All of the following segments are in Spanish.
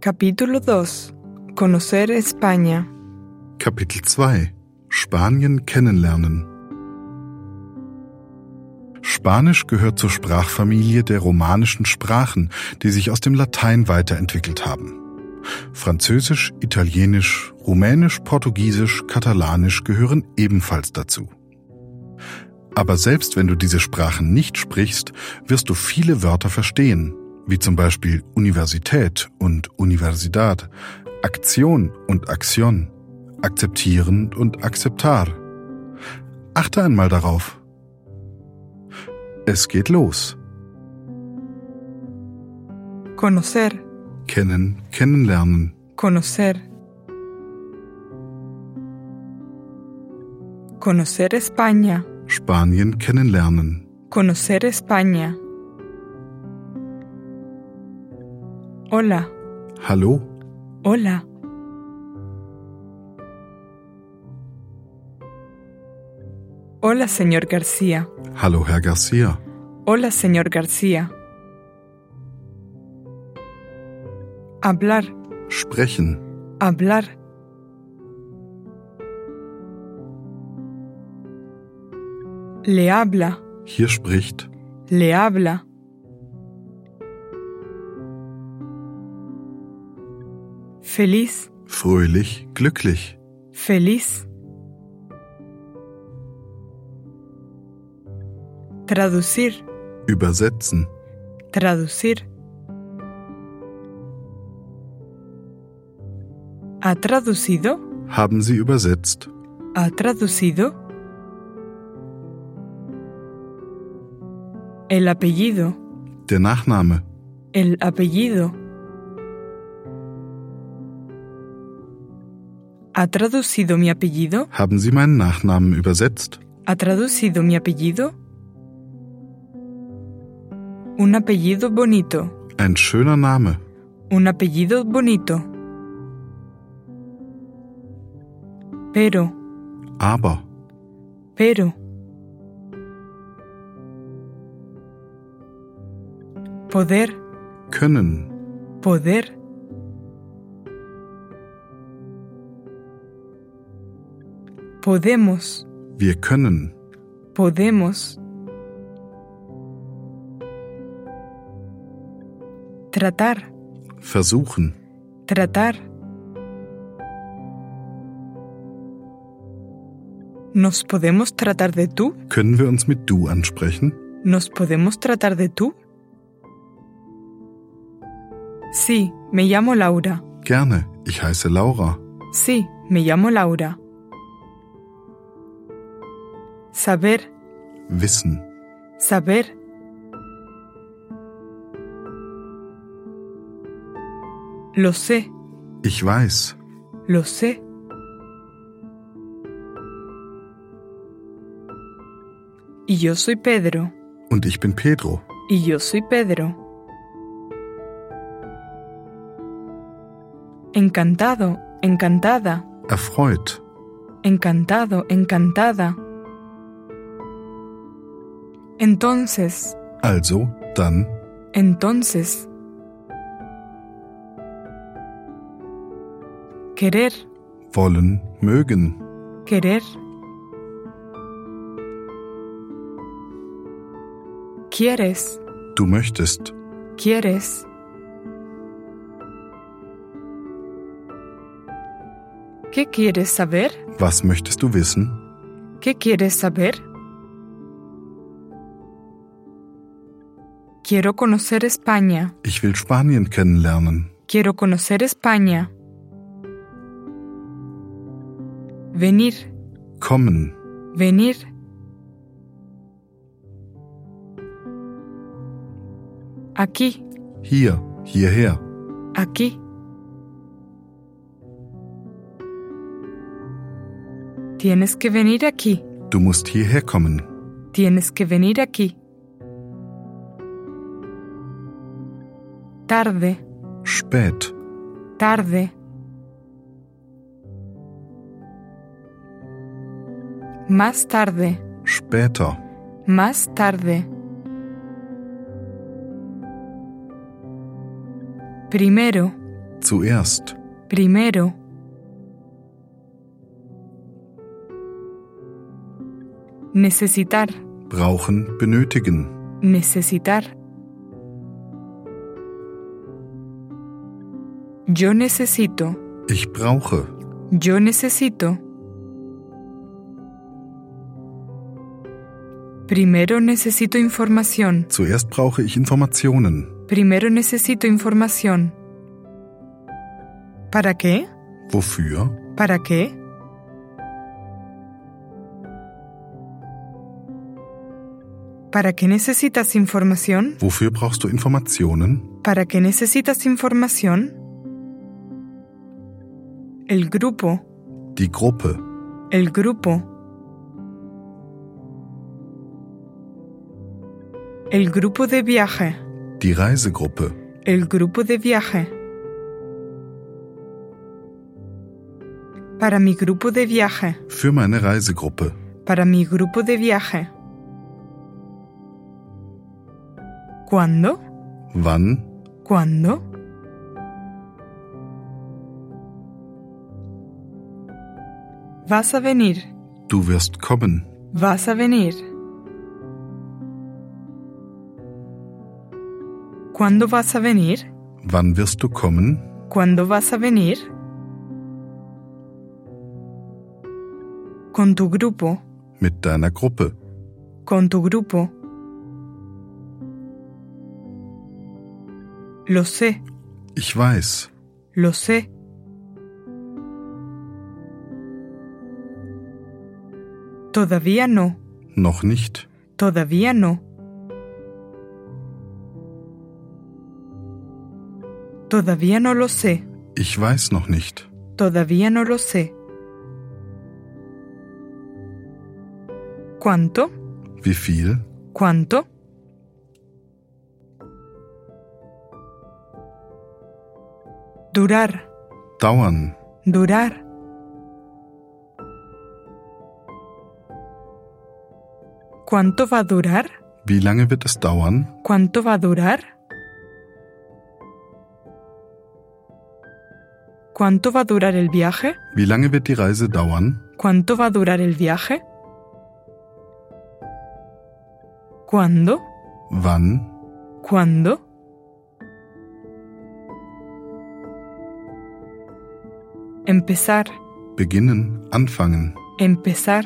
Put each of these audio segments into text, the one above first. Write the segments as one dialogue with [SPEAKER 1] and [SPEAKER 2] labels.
[SPEAKER 1] Capítulo 2. Conocer España.
[SPEAKER 2] Kapitel 2 Spanien kennenlernen Spanisch gehört zur Sprachfamilie der romanischen Sprachen, die sich aus dem Latein weiterentwickelt haben. Französisch, Italienisch, Rumänisch, Portugiesisch, Katalanisch gehören ebenfalls dazu. Aber selbst wenn du diese Sprachen nicht sprichst, wirst du viele Wörter verstehen, wie zum Beispiel Universität und Universidad, Aktion und Aktion, akzeptieren und akzeptar. Achte einmal darauf. Es geht los.
[SPEAKER 1] Conocer.
[SPEAKER 2] Kennen, kennenlernen.
[SPEAKER 1] Conocer. Conocer España.
[SPEAKER 2] Spanien kennenlernen.
[SPEAKER 1] Conocer España. Hola.
[SPEAKER 2] Hallo,
[SPEAKER 1] Hola. Hola, señor García.
[SPEAKER 2] hallo Herr Garcia.
[SPEAKER 1] Hola, señor García. Hablar,
[SPEAKER 2] Sprechen,
[SPEAKER 1] hablar. Le habla,
[SPEAKER 2] hier spricht
[SPEAKER 1] le habla. Feliz,
[SPEAKER 2] fröhlich, glücklich.
[SPEAKER 1] Feliz. Traducir,
[SPEAKER 2] Übersetzen,
[SPEAKER 1] traducir. ¿Ha traducido?
[SPEAKER 2] haben sie übersetzt.
[SPEAKER 1] ¿Ha traducido? El apellido,
[SPEAKER 2] Der Nachname,
[SPEAKER 1] el apellido. ¿Ha traducido mi apellido?
[SPEAKER 2] haben sie meinen Nachnamen übersetzt.
[SPEAKER 1] ¿Ha traducido mi apellido? Un apellido bonito.
[SPEAKER 2] Ein schöner Name,
[SPEAKER 1] Un apellido bonito. Pero,
[SPEAKER 2] aber
[SPEAKER 1] pero. Poder,
[SPEAKER 2] können,
[SPEAKER 1] poder. Podemos.
[SPEAKER 2] wir können.
[SPEAKER 1] Podemos tratar,
[SPEAKER 2] Versuchen,
[SPEAKER 1] tratar. ¿Nos podemos tratar de tú?
[SPEAKER 2] können wir uns mit du ansprechen?
[SPEAKER 1] ¿Nos podemos tratar de tú? Sí, me llamo Laura.
[SPEAKER 2] Gerne, ich heiße Laura.
[SPEAKER 1] Sí, me llamo Laura. Saber,
[SPEAKER 2] Wissen,
[SPEAKER 1] Saber. Lo sé,
[SPEAKER 2] ich weiß.
[SPEAKER 1] lo sé. Y yo soy Pedro,
[SPEAKER 2] Und ich bin Pedro.
[SPEAKER 1] y yo soy Pedro. Encantado, encantada,
[SPEAKER 2] Erfreut,
[SPEAKER 1] encantado, encantada. Entonces,
[SPEAKER 2] also, dann,
[SPEAKER 1] Entonces, querer,
[SPEAKER 2] wollen, mögen.
[SPEAKER 1] querer. Quieres,
[SPEAKER 2] Du möchtest,
[SPEAKER 1] quieres. ¿Qué quieres saber?
[SPEAKER 2] was möchtest du wissen?
[SPEAKER 1] ¿Qué quieres saber? Quiero conocer España.
[SPEAKER 2] Ich will Spanien kennenlernen.
[SPEAKER 1] Quiero conocer España. Venir,
[SPEAKER 2] Kommen,
[SPEAKER 1] venir. Aquí,
[SPEAKER 2] hier, hierher.
[SPEAKER 1] aquí. Tienes que venir aquí,
[SPEAKER 2] Du musst hierher kommen.
[SPEAKER 1] tienes que venir aquí. Tarde.
[SPEAKER 2] Spät,
[SPEAKER 1] tarde. Más tarde,
[SPEAKER 2] später.
[SPEAKER 1] más tarde. Primero,
[SPEAKER 2] zuerst,
[SPEAKER 1] primero, necesitar,
[SPEAKER 2] brauchen, benötigen,
[SPEAKER 1] necesitar. Yo necesito,
[SPEAKER 2] ich brauche,
[SPEAKER 1] yo necesito. Primero necesito información,
[SPEAKER 2] zuerst brauche ich Informationen.
[SPEAKER 1] primero necesito información. ¿Para qué?
[SPEAKER 2] Wofür?
[SPEAKER 1] ¿Para qué? ¿Para qué necesitas información?
[SPEAKER 2] Wofür brauchst du Informationen?
[SPEAKER 1] ¿Para qué necesitas información? El grupo,
[SPEAKER 2] Die Gruppe,
[SPEAKER 1] el grupo. El grupo de viaje,
[SPEAKER 2] die Reisegruppe,
[SPEAKER 1] el grupo de viaje. Para mi grupo de viaje,
[SPEAKER 2] für meine Reisegruppe,
[SPEAKER 1] para mi grupo de viaje. ¿Cuándo?
[SPEAKER 2] wann,
[SPEAKER 1] ¿Cuándo? Vas a venir,
[SPEAKER 2] du wirst kommen,
[SPEAKER 1] vas a venir. ¿Cuándo vas a venir?
[SPEAKER 2] wann wirst du kommen,
[SPEAKER 1] ¿Cuándo vas a venir? Con tu grupo,
[SPEAKER 2] mit deiner Gruppe,
[SPEAKER 1] con tu grupo. Lo sé.
[SPEAKER 2] ich weiß,
[SPEAKER 1] Lo sé. Todavía no,
[SPEAKER 2] noch nicht,
[SPEAKER 1] todavía no. Todavía no lo sé,
[SPEAKER 2] ich weiß noch nicht,
[SPEAKER 1] todavía no lo sé. ¿Cuánto?
[SPEAKER 2] wie viel,
[SPEAKER 1] ¿Cuánto? Durar.
[SPEAKER 2] dauern,
[SPEAKER 1] Durar. ¿Cuánto va a durar?
[SPEAKER 2] wie lange wird es dauern,
[SPEAKER 1] ¿Cuánto va a durar? ¿Cuánto va a durar el viaje?
[SPEAKER 2] wie lange wird die Reise dauern,
[SPEAKER 1] ¿Cuánto va a durar el viaje? ¿Cuándo?
[SPEAKER 2] wann,
[SPEAKER 1] ¿Cuándo? Empezar.
[SPEAKER 2] beginnen, anfangen,
[SPEAKER 1] Empezar.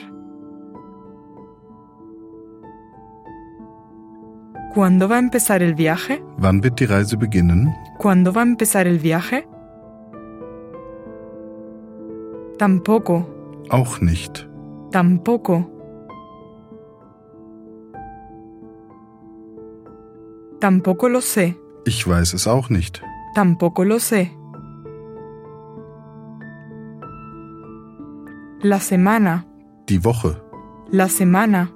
[SPEAKER 1] ¿Cuándo va a empezar el viaje?
[SPEAKER 2] wann wird die Reise beginnen,
[SPEAKER 1] ¿Cuándo va a empezar el viaje? Tampoco,
[SPEAKER 2] auch nicht,
[SPEAKER 1] tampoco. Tampoco lo sé,
[SPEAKER 2] ich weiß es auch nicht,
[SPEAKER 1] tampoco lo sé. La semana.
[SPEAKER 2] die Woche,
[SPEAKER 1] La semana.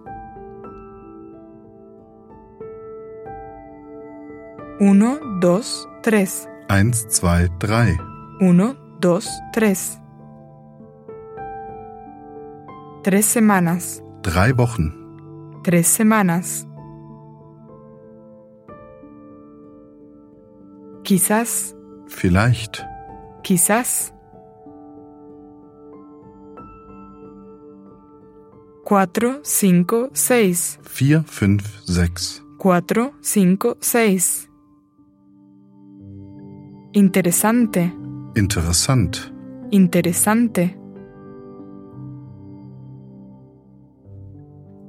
[SPEAKER 1] Uno, dos, tres.
[SPEAKER 2] eins, zwei, drei,
[SPEAKER 1] Uno, dos, tres. Tres semanas.
[SPEAKER 2] drei Wochen,
[SPEAKER 1] Tres semanas. Quizás,
[SPEAKER 2] vielleicht,
[SPEAKER 1] quizás. Cuatro, cinco, seis.
[SPEAKER 2] vier, fünf, sechs,
[SPEAKER 1] 4, 5, 6. Interesante,
[SPEAKER 2] interessant,
[SPEAKER 1] interesante.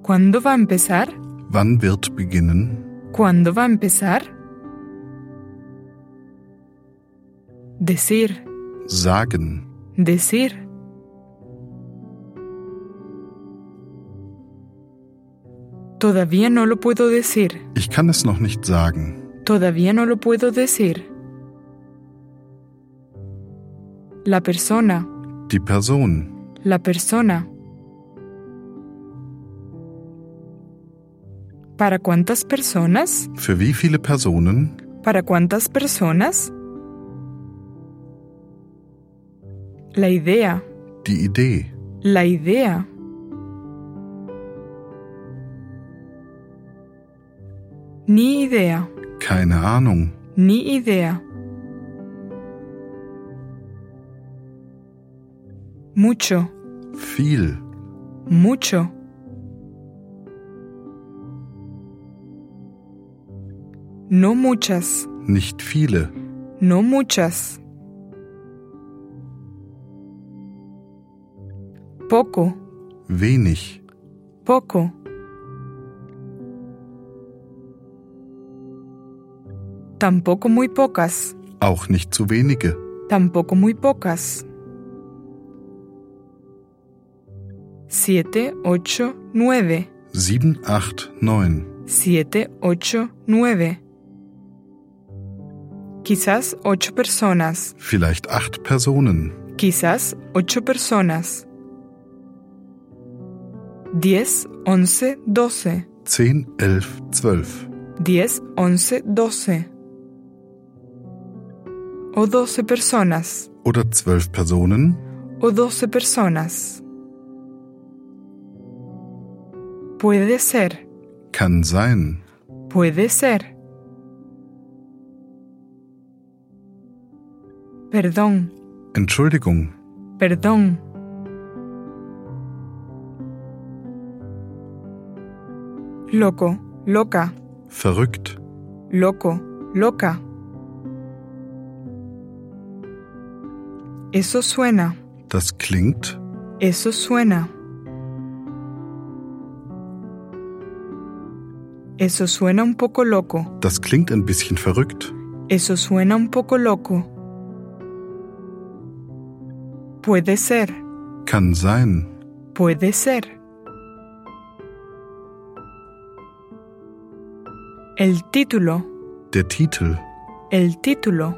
[SPEAKER 1] ¿Cuándo va a empezar?
[SPEAKER 2] wann wird beginnen,
[SPEAKER 1] ¿Cuándo va a empezar? Decir,
[SPEAKER 2] sagen,
[SPEAKER 1] decir. Todavía no lo puedo decir.
[SPEAKER 2] Ich kann es noch nicht sagen.
[SPEAKER 1] Todavía no lo puedo decir. La persona,
[SPEAKER 2] Die Person,
[SPEAKER 1] la persona. ¿Para cuántas personas?
[SPEAKER 2] für wie viele Personen,
[SPEAKER 1] ¿Para cuántas personas? La idea,
[SPEAKER 2] die Idee,
[SPEAKER 1] la idea. Ni idea.
[SPEAKER 2] keine Ahnung,
[SPEAKER 1] Ni idea. mucho,
[SPEAKER 2] viel,
[SPEAKER 1] mucho. No muchas,
[SPEAKER 2] nicht viele,
[SPEAKER 1] no muchas. Poco,
[SPEAKER 2] wenig,
[SPEAKER 1] poco. Tampoco muy pocas,
[SPEAKER 2] auch nicht zu wenige,
[SPEAKER 1] tampoco muy pocas. Siete, ocho, nueve.
[SPEAKER 2] sieben, acht, neun,
[SPEAKER 1] 7, 8, 9. Quizás ocho personas,
[SPEAKER 2] vielleicht acht Personen,
[SPEAKER 1] quizás ocho personas. 10, 11, 12.
[SPEAKER 2] zehn, elf, zwölf,
[SPEAKER 1] 10, 11, 12. O 12 personas,
[SPEAKER 2] oder zwölf Personen,
[SPEAKER 1] o 12 personas. Puede ser,
[SPEAKER 2] kann sein,
[SPEAKER 1] puede ser. Perdón.
[SPEAKER 2] Entschuldigung,
[SPEAKER 1] Perdón. Loco, loca,
[SPEAKER 2] verrückt,
[SPEAKER 1] loco, loca. Eso suena,
[SPEAKER 2] das klingt,
[SPEAKER 1] eso suena. Eso suena un poco loco,
[SPEAKER 2] das klingt ein bisschen verrückt,
[SPEAKER 1] eso suena un poco loco. Puede ser.
[SPEAKER 2] kann sein,
[SPEAKER 1] Puede ser. El título,
[SPEAKER 2] der Titel,
[SPEAKER 1] el título.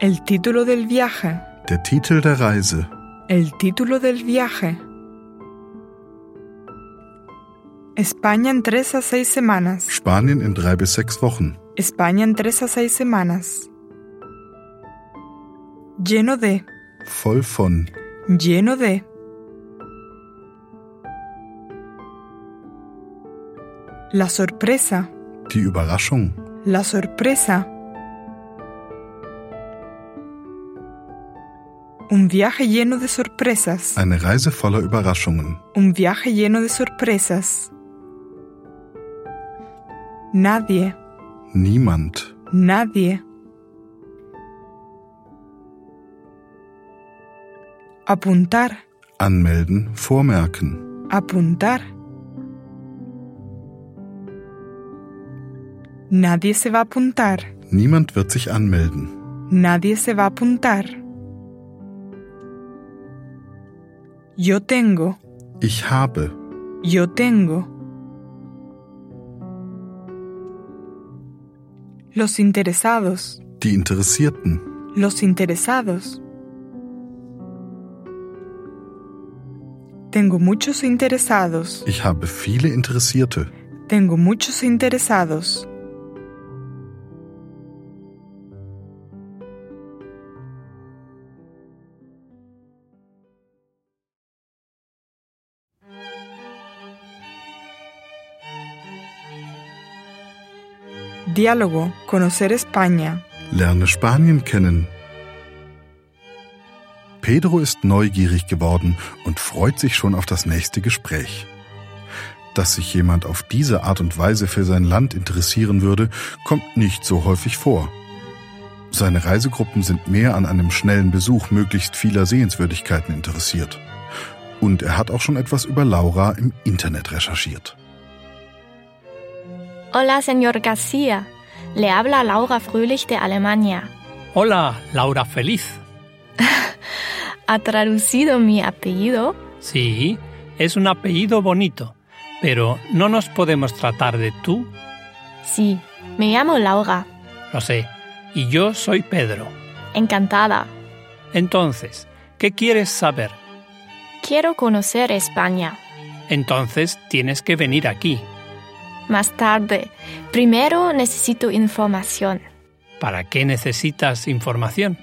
[SPEAKER 1] El título del viaje,
[SPEAKER 2] der Titel der Reise,
[SPEAKER 1] el título del viaje. España en tres a seis semanas.
[SPEAKER 2] Spanien in drei bis sechs Wochen,
[SPEAKER 1] España en tres a seis semanas. Lleno de,
[SPEAKER 2] voll von,
[SPEAKER 1] lleno de. La sorpresa,
[SPEAKER 2] die Überraschung.
[SPEAKER 1] la sorpresa. Un viaje lleno de sorpresas,
[SPEAKER 2] Eine Reise voller Überraschungen.
[SPEAKER 1] un viaje lleno de sorpresas. Nadie,
[SPEAKER 2] Niemand.
[SPEAKER 1] nadie. Apuntar.
[SPEAKER 2] Anmelden, vormerken.
[SPEAKER 1] Apuntar. Nadie se va a apuntar.
[SPEAKER 2] Niemand wird sich anmelden.
[SPEAKER 1] Nadie se va a apuntar. Yo tengo.
[SPEAKER 2] Ich habe.
[SPEAKER 1] Yo tengo. Los interesados.
[SPEAKER 2] Die Interessierten.
[SPEAKER 1] Los interesados. Tengo muchos interesados.
[SPEAKER 2] Ich habe viele Interessierte.
[SPEAKER 1] Tengo muchos interesados. Diálogo, conocer España.
[SPEAKER 2] Lerne Spanien kennen. Pedro ist neugierig geworden und freut sich schon auf das nächste Gespräch. Dass sich jemand auf diese Art und Weise für sein Land interessieren würde, kommt nicht so häufig vor. Seine Reisegruppen sind mehr an einem schnellen Besuch möglichst vieler Sehenswürdigkeiten interessiert. Und er hat auch schon etwas über Laura im Internet recherchiert.
[SPEAKER 3] Hola, señor García. Le habla Laura Fröhlich de Alemania.
[SPEAKER 4] Hola, Laura Feliz.
[SPEAKER 3] ¿Ha traducido mi apellido?
[SPEAKER 4] Sí, es un apellido bonito, pero no nos podemos tratar de tú,
[SPEAKER 3] Sí, me llamo Laura.
[SPEAKER 4] lo sé, y yo soy Pedro.
[SPEAKER 3] Encantada.
[SPEAKER 4] Entonces, ¿qué quieres saber?
[SPEAKER 3] Quiero conocer España.
[SPEAKER 4] Entonces tienes que venir aquí.
[SPEAKER 3] Más tarde. Primero necesito información.
[SPEAKER 4] ¿Para qué necesitas información?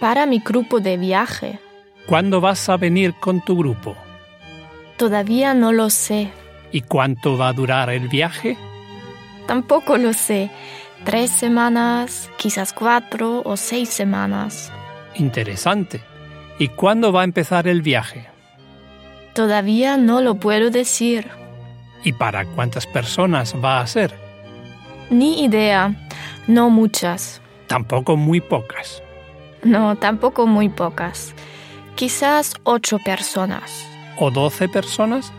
[SPEAKER 3] Para mi grupo de viaje.
[SPEAKER 4] ¿Cuándo vas a venir con tu grupo?
[SPEAKER 3] Todavía no lo sé.
[SPEAKER 4] ¿Y cuánto va a durar el viaje?
[SPEAKER 3] Tampoco lo sé. tres semanas, quizás cuatro o seis semanas.
[SPEAKER 4] Interesante. ¿Y cuándo va a empezar el viaje?
[SPEAKER 3] Todavía no lo puedo decir.
[SPEAKER 4] ¿Y para cuántas personas va a ser?
[SPEAKER 3] Ni idea. No muchas.
[SPEAKER 4] Tampoco muy pocas.
[SPEAKER 3] No, tampoco muy pocas. Quizás ocho personas.
[SPEAKER 4] ¿O 12 personas?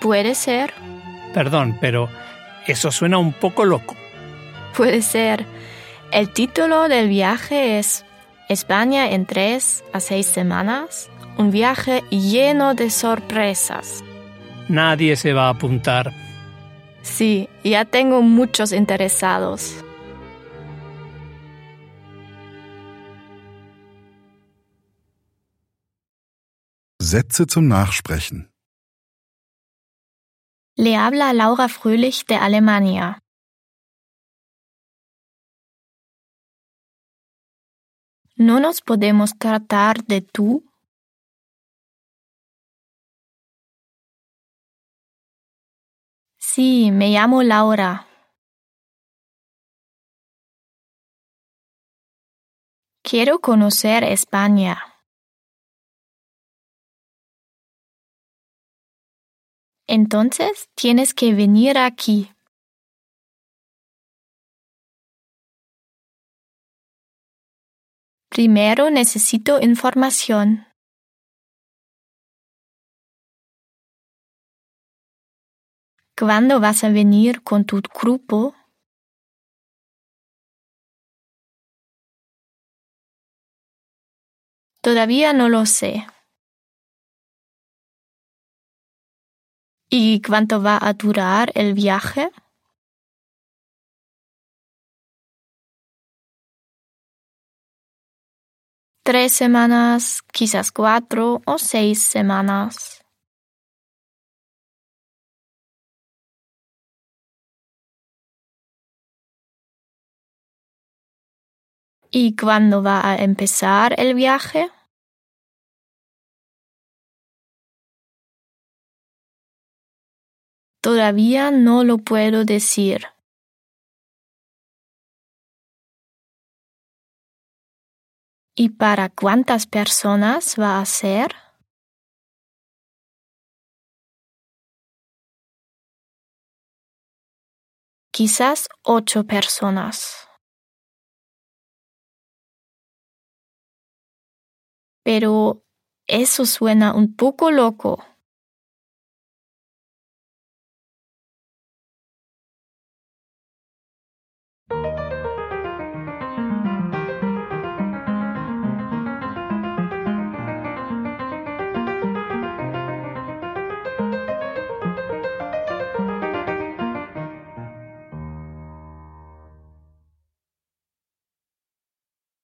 [SPEAKER 3] Puede ser,
[SPEAKER 4] Perdón, pero eso suena un poco loco.
[SPEAKER 3] puede ser. El título del viaje es España en tres a seis semanas. Un viaje lleno de sorpresas.
[SPEAKER 4] Nadie se va a apuntar.
[SPEAKER 3] Sí, ya tengo muchos interesados.
[SPEAKER 2] Sätze zum Nachsprechen.
[SPEAKER 3] Le habla Laura Fröhlich de Alemania. No nos podemos tratar de tú. Sí, me llamo Laura. Quiero conocer España. Entonces tienes que venir aquí. Primero necesito información. ¿Cuándo vas a venir con tu grupo? Todavía no lo sé. ¿Y cuánto va a durar el viaje? Tres semanas, quizás cuatro o seis semanas. ¿Y cuándo va a empezar el viaje? Todavía no lo puedo decir. ¿Y para cuántas personas va a ser? Quizás ocho personas. Pero eso suena un poco loco.